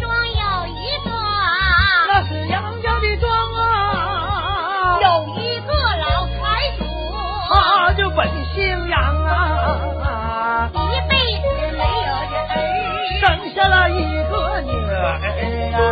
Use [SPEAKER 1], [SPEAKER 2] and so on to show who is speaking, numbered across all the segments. [SPEAKER 1] 啊
[SPEAKER 2] 啊啊哎啊哎啊
[SPEAKER 1] 啊
[SPEAKER 2] 啊啊哎当，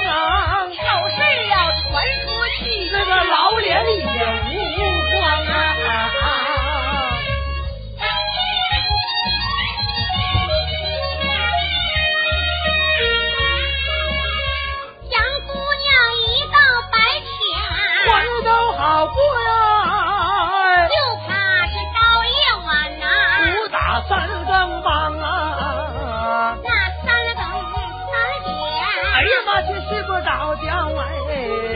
[SPEAKER 1] 有事要传出去，
[SPEAKER 2] 啊这个老脸也无光啊！
[SPEAKER 1] 杨姑娘一道白条，
[SPEAKER 2] 黄豆好怪，
[SPEAKER 1] 就怕是到夜晚呐、
[SPEAKER 2] 不打三更梆啊！
[SPEAKER 1] 那三更三点，
[SPEAKER 2] 哎呀妈，去睡不着觉哎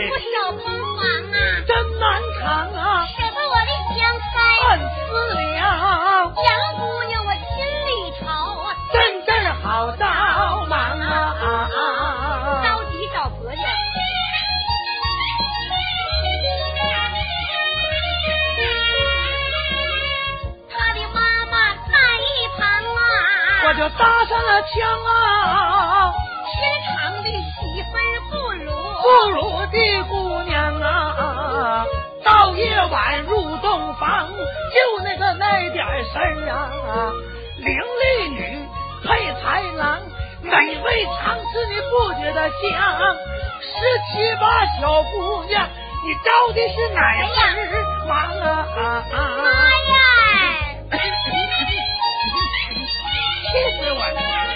[SPEAKER 1] 不，守空房啊，
[SPEAKER 2] 真难扛啊！
[SPEAKER 1] 舍得我的香腮，
[SPEAKER 2] 暗思了，
[SPEAKER 1] 杨姑娘我心里愁，啊
[SPEAKER 2] 阵阵好着忙啊！
[SPEAKER 1] 着急找婆家。他的妈妈在一旁啊，
[SPEAKER 2] 我就搭上了枪啊，
[SPEAKER 1] 天长的媳妇儿不如。
[SPEAKER 2] 不如的姑娘啊，到夜晚入洞房，就那个那点儿事儿啊，伶俐女配豺狼，美味常吃你不觉得香，十七八小姑娘，你招的是哪门儿忙啊？啊
[SPEAKER 1] 妈
[SPEAKER 2] 啊
[SPEAKER 1] 呀！
[SPEAKER 2] 气死我
[SPEAKER 1] 哎
[SPEAKER 2] 了！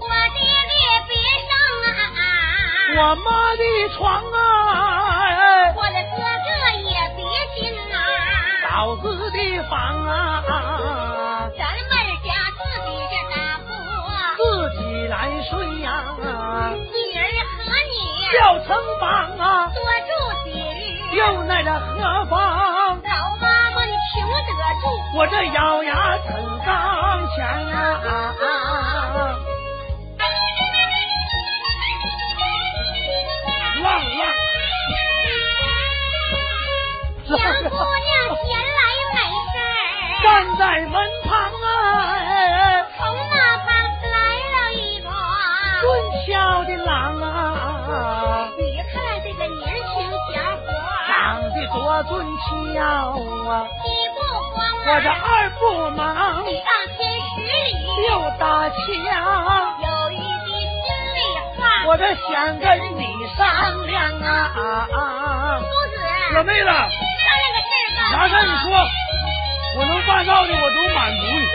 [SPEAKER 1] 我的列别上啊，
[SPEAKER 2] 我妈的床啊，
[SPEAKER 1] 我的哥哥也别进呐、
[SPEAKER 2] 嫂子的房啊，
[SPEAKER 1] 咱们家自己这大铺，
[SPEAKER 2] 自己来睡呀、
[SPEAKER 1] 女儿和你
[SPEAKER 2] 小城房啊，
[SPEAKER 1] 多住几日，
[SPEAKER 2] 又那个何方？
[SPEAKER 1] 老妈妈你请得住。
[SPEAKER 2] 我这咬牙啃钢钱啊！ 浪浪，
[SPEAKER 1] 杨姑娘前来美事儿，
[SPEAKER 2] 站在门旁啊，
[SPEAKER 1] 从那旁来了一个，
[SPEAKER 2] 俊俏的郎啊，
[SPEAKER 1] 你看这个年轻小伙儿，
[SPEAKER 2] 长得多俊俏啊！
[SPEAKER 1] 一不慌
[SPEAKER 2] 我这
[SPEAKER 1] 忙，
[SPEAKER 2] 二不忙，
[SPEAKER 1] 你上天十里，
[SPEAKER 2] 又搭桥，
[SPEAKER 1] 有一句心里话，
[SPEAKER 2] 我这想跟你商量啊！啊
[SPEAKER 1] 夫子，
[SPEAKER 3] 老妹子，
[SPEAKER 1] 商量个事儿吧。
[SPEAKER 3] 啥事儿你说，我能办到的我都满足你。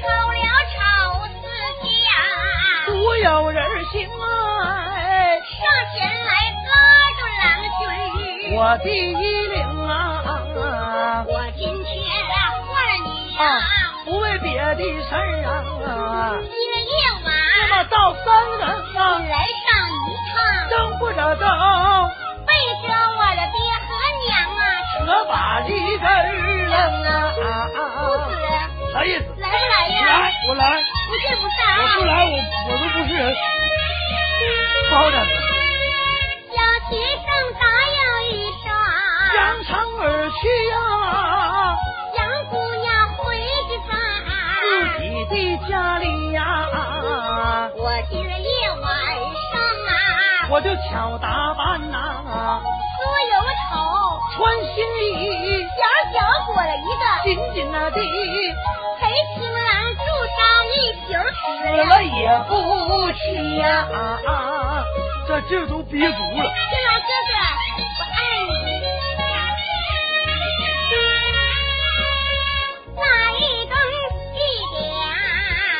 [SPEAKER 1] 瞅了瞅四
[SPEAKER 2] 独
[SPEAKER 1] 家，
[SPEAKER 2] 有人行啊！哎
[SPEAKER 1] 上前来拉住郎君。
[SPEAKER 2] 我的衣领啊，
[SPEAKER 1] 我今天啊换了你
[SPEAKER 2] 啊
[SPEAKER 1] 啊，，
[SPEAKER 2] 不为别的事儿啊，
[SPEAKER 1] 今个夜
[SPEAKER 2] 这么
[SPEAKER 1] 晚
[SPEAKER 2] 到三更啊
[SPEAKER 1] 你，来上一趟，
[SPEAKER 2] 争不着道，
[SPEAKER 1] 背着我的爹和娘啊，
[SPEAKER 2] 扯把的根儿扔
[SPEAKER 1] 夫
[SPEAKER 2] 啊，
[SPEAKER 1] 子
[SPEAKER 3] 啥意思？
[SPEAKER 1] 来不来呀
[SPEAKER 3] 来？，我来，
[SPEAKER 1] 不是不
[SPEAKER 3] 我不
[SPEAKER 1] 是啊，
[SPEAKER 3] 来，我我都不是人，不好整。
[SPEAKER 1] 小蹄上打呀一声，
[SPEAKER 2] 扬长而去啊，
[SPEAKER 1] 杨姑娘回去吧
[SPEAKER 2] 自。己的家里呀、
[SPEAKER 1] 我今个夜晚上啊，
[SPEAKER 2] 我就巧打扮呐、
[SPEAKER 1] 梳油头，
[SPEAKER 2] 穿新衣，
[SPEAKER 1] 小脚裹了一个。
[SPEAKER 2] 紧紧那的，
[SPEAKER 1] 陪情郎住上一宿
[SPEAKER 2] 死
[SPEAKER 1] 时
[SPEAKER 2] 了也不屈呀、
[SPEAKER 3] 这劲儿都憋足了，
[SPEAKER 1] 新郎哥哥，我爱你。那一更一点，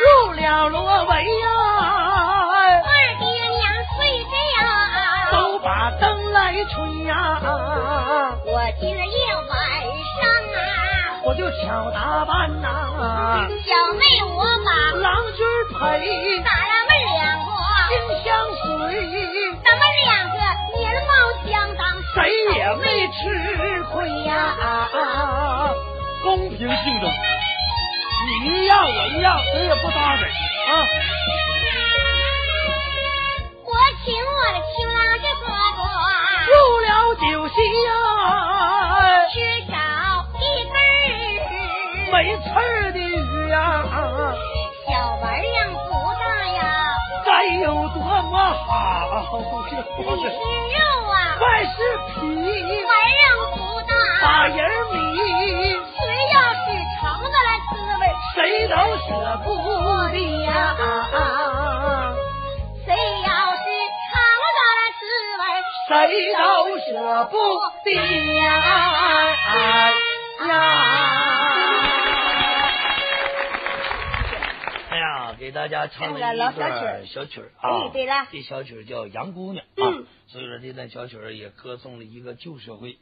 [SPEAKER 2] 入了罗围呀、
[SPEAKER 1] 二爹娘睡觉。
[SPEAKER 2] 都把灯来吹呀、
[SPEAKER 1] 我今个夜晚上啊，
[SPEAKER 2] 我就巧打扮呐、啊
[SPEAKER 1] 小妹我把
[SPEAKER 2] 郎君陪
[SPEAKER 1] 打咱们两个，
[SPEAKER 2] 金香水，
[SPEAKER 1] 咱们两个年貌相当，
[SPEAKER 2] 谁也没吃亏呀、
[SPEAKER 3] 公平竞争，你一样我一样，谁也不搭谁啊。
[SPEAKER 1] 我请我的情郎这哥哥。
[SPEAKER 2] 入了酒席呀、
[SPEAKER 1] 吃着一根儿，
[SPEAKER 2] 没刺儿的鱼呀、
[SPEAKER 1] 小玩意儿不大呀，
[SPEAKER 2] 该有多么好呀！
[SPEAKER 1] 里是肉啊，
[SPEAKER 2] 外是皮，
[SPEAKER 1] 玩意儿不大，
[SPEAKER 2] 把人
[SPEAKER 1] 谁
[SPEAKER 2] 迷，
[SPEAKER 1] 要是尝到了滋味，
[SPEAKER 2] 谁都舍不得啊谁都舍不得
[SPEAKER 1] 哎
[SPEAKER 2] 呀！哎呀，给大家唱了一段小曲儿啊，
[SPEAKER 4] 哎对了
[SPEAKER 2] 这小曲儿叫《杨姑娘》啊
[SPEAKER 4] 嗯，
[SPEAKER 2] 所以说这段小曲儿也歌颂了一个旧社会，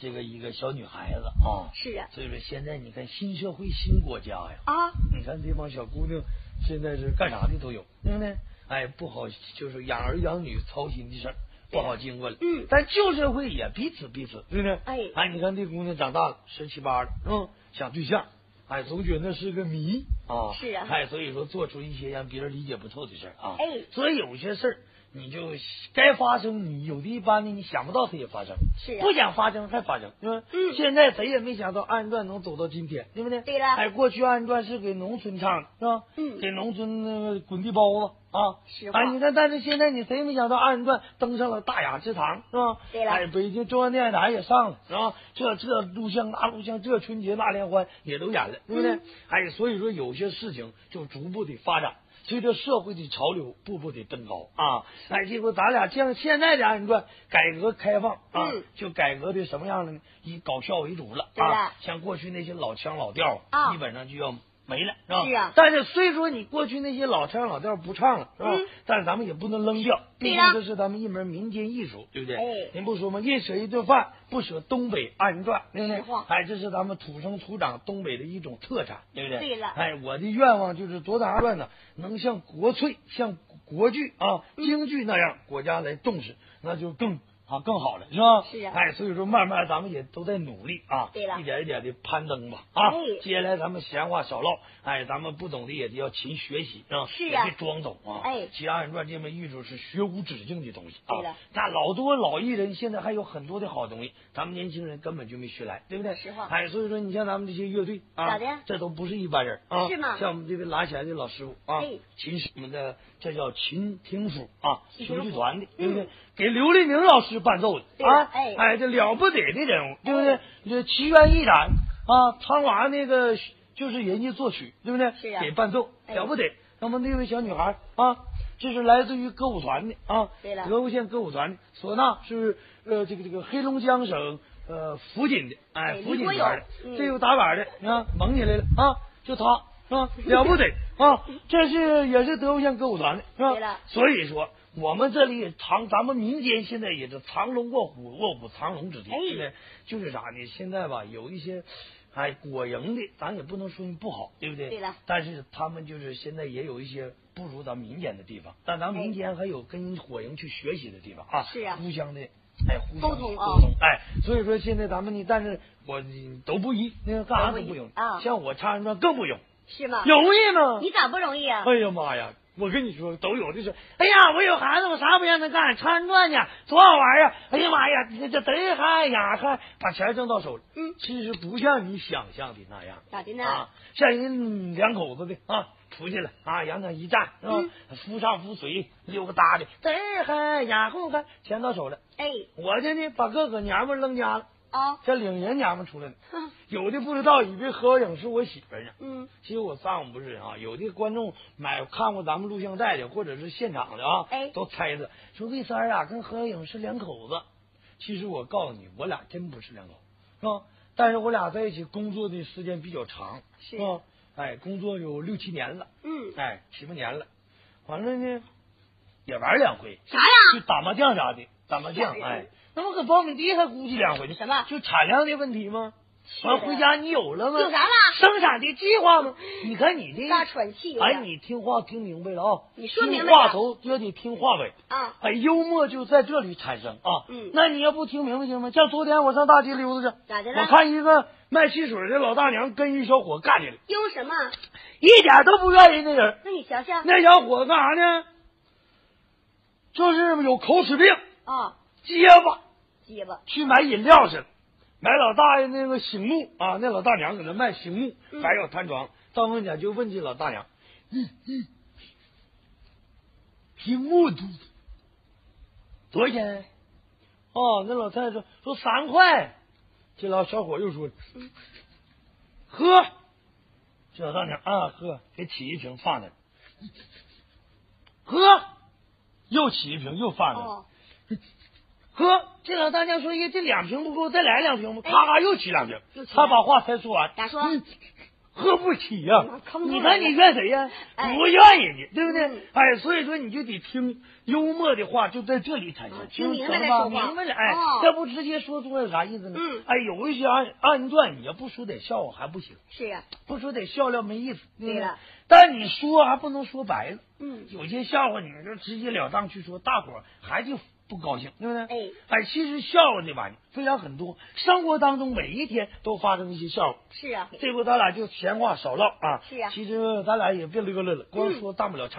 [SPEAKER 2] 这个一个小女孩子啊，
[SPEAKER 4] 是啊，
[SPEAKER 2] 所以说现在你看新社会新国家呀，
[SPEAKER 4] 啊，
[SPEAKER 2] 你看这帮小姑娘现在是干啥的都有，对不对？哎，不好就是养儿养女操心的事儿，不好经过了。
[SPEAKER 4] 嗯
[SPEAKER 2] 但旧社会也彼此彼此，对不对？
[SPEAKER 4] 哎
[SPEAKER 2] 哎，你看这姑娘长大了，十七八了，嗯，想对象，哎，总觉得是个谜啊。
[SPEAKER 4] 是啊
[SPEAKER 2] 哎，所以说做出一些让别人理解不透的事儿啊。
[SPEAKER 4] 哎
[SPEAKER 2] 所以有些事儿你就该发生，你有的一般的你想不到它也发生，
[SPEAKER 4] 是啊
[SPEAKER 2] 不想发生还发生，对吧？
[SPEAKER 4] 嗯
[SPEAKER 2] 现在谁也没想到暗段能走到今天，对不对？
[SPEAKER 4] 对了
[SPEAKER 2] 哎，过去暗段是给农村唱的，是吧？
[SPEAKER 4] 嗯
[SPEAKER 2] 给农村那个滚地包子啊。
[SPEAKER 4] 实话
[SPEAKER 2] 哎，你看，但是现在你谁也没想到暗段登上了大雅之堂，是吧？
[SPEAKER 4] 对了
[SPEAKER 2] 哎，北京中央电视台也上了，是吧？这这录像那录像，这春节那联欢也都演了，对不对？
[SPEAKER 4] 嗯
[SPEAKER 2] 哎，所以说有些事情就逐步的发展。随着社会的潮流步步的登高啊，哎，结果咱俩像现在的按段改革开放啊，
[SPEAKER 4] 嗯
[SPEAKER 2] 就改革的什么样了呢？以搞笑为主了
[SPEAKER 4] 对
[SPEAKER 2] 啊
[SPEAKER 4] 了，
[SPEAKER 2] 像过去那些老腔老调
[SPEAKER 4] 啊
[SPEAKER 2] 基本上就要没了，是吧？
[SPEAKER 4] 是啊
[SPEAKER 2] 但是虽说你过去那些老腔老调不唱了，是吧？
[SPEAKER 4] 嗯
[SPEAKER 2] 但是咱们也不能扔掉，毕
[SPEAKER 4] 对
[SPEAKER 2] 竟
[SPEAKER 4] 呀
[SPEAKER 2] 这是咱们一门民间艺术，对不对？
[SPEAKER 4] 哎
[SPEAKER 2] 您不说吗？一舍一顿饭，不舍东北暗传，对不对
[SPEAKER 4] 实话？
[SPEAKER 2] 哎，这是咱们土生土长东北的一种特产，对不对？
[SPEAKER 4] 对了
[SPEAKER 2] 哎，我的愿望就是《左打传》呢，能像国粹、像国剧啊、京剧那样，国家来重视，那就更。啊，更好了，是吧？
[SPEAKER 4] 是啊
[SPEAKER 2] 哎，所以说慢慢咱们也都在努力啊，
[SPEAKER 4] 对了
[SPEAKER 2] 一点一点的攀登吧，啊，
[SPEAKER 4] 哎
[SPEAKER 2] 接下来咱们闲话少唠，哎，咱们不懂的也得要勤学习啊，
[SPEAKER 4] 是啊
[SPEAKER 2] 也别装懂啊，
[SPEAKER 4] 哎
[SPEAKER 2] 其实二人转这门艺术是学无止境的东西啊。
[SPEAKER 4] 对了
[SPEAKER 2] 那老多老艺人现在还有很多的好东西，咱们年轻人根本就没学来，对不对？
[SPEAKER 4] 实话
[SPEAKER 2] 哎，所以说你像咱们这些乐队啊，
[SPEAKER 4] 咋的
[SPEAKER 2] 这都不是一般人啊。
[SPEAKER 4] 是吗
[SPEAKER 2] 像我们这个拉弦的老师傅啊
[SPEAKER 4] 哎，
[SPEAKER 2] 琴师我们的这叫琴听府啊，
[SPEAKER 4] 琴
[SPEAKER 2] 雄
[SPEAKER 4] 听
[SPEAKER 2] 剧
[SPEAKER 4] 府
[SPEAKER 2] 团的，对不对？
[SPEAKER 4] 嗯
[SPEAKER 2] 给刘立明老师伴奏的
[SPEAKER 4] 对
[SPEAKER 2] 啊
[SPEAKER 4] 了，哎
[SPEAKER 2] 哎，这了不得的人物，对不对？这奇缘一展啊，苍娃那个就是人家作曲，对不对？
[SPEAKER 4] 是啊
[SPEAKER 2] 给伴奏，
[SPEAKER 4] 哎
[SPEAKER 2] 了不得。那么那位小女孩啊，这是来自于歌舞团的啊，
[SPEAKER 4] 对了
[SPEAKER 2] 德国县歌舞团的唢呐是呃这个这个黑龙江省呃福锦的，哎，
[SPEAKER 4] 哎
[SPEAKER 2] 福
[SPEAKER 4] 离
[SPEAKER 2] 锦
[SPEAKER 4] 国
[SPEAKER 2] 团的
[SPEAKER 4] 友，嗯
[SPEAKER 2] 这有打板的，你看蒙起来了啊，就他。是 吧？了不得啊！这是也是德国县歌舞团的，是吧？
[SPEAKER 4] 对了
[SPEAKER 2] 所以说，我们这里也藏咱们民间现在也是藏龙卧虎，卧虎藏龙之地。
[SPEAKER 4] 哎
[SPEAKER 2] 现在就是啥呢？现在吧，有一些，哎，果蝇的，咱也不能说人不好，对不对？
[SPEAKER 4] 对了
[SPEAKER 2] 但是他们就是现在也有一些不如咱民间的地方，但咱民间还有跟火营去学习的地方啊，
[SPEAKER 4] 哎是啊
[SPEAKER 2] 互相的。哎，互相
[SPEAKER 4] 沟
[SPEAKER 2] 的
[SPEAKER 4] 通啊
[SPEAKER 2] 沟通，哎，所以说现在咱们呢，但是我嗯都不一，那个干啥
[SPEAKER 4] 都
[SPEAKER 2] 都
[SPEAKER 4] 不一
[SPEAKER 2] 不用
[SPEAKER 4] 啊
[SPEAKER 2] 像我插人段更不用，
[SPEAKER 4] 是吗？
[SPEAKER 2] 容易吗？
[SPEAKER 4] 你咋不容易啊？
[SPEAKER 2] 哎呀妈呀！我跟你说，都有的是，哎呀，我有孩子，我啥不让他干，插人转去，多好玩啊！哎呀妈呀，这这嘚嗨呀嗨，把钱挣到手了。
[SPEAKER 4] 嗯，
[SPEAKER 2] 其实不像你想象的那样。
[SPEAKER 4] 咋的呢
[SPEAKER 2] 啊，像人两口子的啊，出去了啊，阳台一站是吧？扶上扶随，溜个搭的，嘚嗨呀后嗨，钱到手了。
[SPEAKER 4] 哎，
[SPEAKER 2] 我这呢，把各个娘们扔家了，
[SPEAKER 4] 啊，
[SPEAKER 2] 这领人娘们出来了。
[SPEAKER 4] 哼
[SPEAKER 2] 有的不知道，以为合影是我媳妇儿呢。
[SPEAKER 4] 嗯，
[SPEAKER 2] 其实我丈夫不是人啊，有的观众买看过咱们录像带的，或者是现场的啊，
[SPEAKER 4] 哎
[SPEAKER 2] 都猜测说魏三儿啊跟何影是两口子。其实我告诉你，我俩真不是两口，是吧？但是我俩在一起工作的时间比较长，
[SPEAKER 4] 是
[SPEAKER 2] 吧？哎，工作有六七年了，
[SPEAKER 4] 嗯，
[SPEAKER 2] 哎，七八年了，反正呢也玩两回，
[SPEAKER 4] 啥呀？
[SPEAKER 2] 就打麻将啥的，打麻将，
[SPEAKER 4] 是
[SPEAKER 2] 哎，那么搁苞米地还估计两回呢，
[SPEAKER 4] 什么
[SPEAKER 2] 就产量的问题吗？
[SPEAKER 4] 是的
[SPEAKER 2] 完啊回家你有了吗？
[SPEAKER 4] 有啥了
[SPEAKER 2] 生产的计划吗？你看你这，
[SPEAKER 4] 大喘气有点
[SPEAKER 2] 哎，你听话听明白了啊！
[SPEAKER 4] 你说明白
[SPEAKER 2] 听
[SPEAKER 4] 了
[SPEAKER 2] 话头就得听话尾
[SPEAKER 4] 啊
[SPEAKER 2] 哎，幽默就在这里产生啊！
[SPEAKER 4] 嗯
[SPEAKER 2] 那你要不听明白行吗？像昨天我上大街溜达去，
[SPEAKER 4] 咋的了
[SPEAKER 2] 我看一个卖汽水的老大娘跟一小伙干起来了，
[SPEAKER 4] 用什么？
[SPEAKER 2] 一点都不愿意那人。
[SPEAKER 4] 那你瞧瞧，
[SPEAKER 2] 那小伙子干啥呢？就是有口齿病，
[SPEAKER 4] 啊，
[SPEAKER 2] 结巴，
[SPEAKER 4] 结巴，
[SPEAKER 2] 去买饮料去了，买老大爷那个醒目啊，那老大娘搁那卖醒目，
[SPEAKER 4] 嗯
[SPEAKER 2] 白药弹床，到门前就问这老大娘，嗯嗯，醒目多多少钱？哦，那老太太说说三块，这老小伙又说了，喝，这老大娘啊喝，给起一瓶放那儿，啊喝，又起一瓶又放那儿。
[SPEAKER 4] 哦，
[SPEAKER 2] 哥，这老大娘说一这两瓶不够，再来两瓶吧。
[SPEAKER 4] 哎
[SPEAKER 2] 咔又起两瓶
[SPEAKER 4] 又，起
[SPEAKER 2] 他把话才说完，
[SPEAKER 4] 咋说？嗯
[SPEAKER 2] 嗯喝不起呀、
[SPEAKER 4] 坑坑
[SPEAKER 2] 你看你怨谁呀、
[SPEAKER 4] 哎
[SPEAKER 2] 不怨人家，对不
[SPEAKER 4] 嗯
[SPEAKER 2] 对？哎，所以说你就得听幽默的话，就在这里产
[SPEAKER 4] 啊
[SPEAKER 2] 生。
[SPEAKER 4] 听明白了
[SPEAKER 2] 吧
[SPEAKER 4] 说话
[SPEAKER 2] 明白了，哎
[SPEAKER 4] 哦，
[SPEAKER 2] 这不直接说出来啥意思呢？
[SPEAKER 4] 嗯
[SPEAKER 2] 哎，有一些暗暗段，你要不说点笑话还不行，
[SPEAKER 4] 是啊呀，
[SPEAKER 2] 不说点笑料没意思。不
[SPEAKER 4] 对了，
[SPEAKER 2] 但你说还不能说白了。
[SPEAKER 4] 嗯，
[SPEAKER 2] 有些笑话你就直截了当去说，大伙儿还就不高兴，对不对？
[SPEAKER 4] 哎，
[SPEAKER 2] 哎，其实笑话这玩意儿非常很多，生活当中每一天都发生一些笑话。
[SPEAKER 4] 是啊，
[SPEAKER 2] 这回咱俩就闲话少唠啊，
[SPEAKER 4] 是啊嗯
[SPEAKER 2] 其实咱俩也别乐乐了，光说大不了差。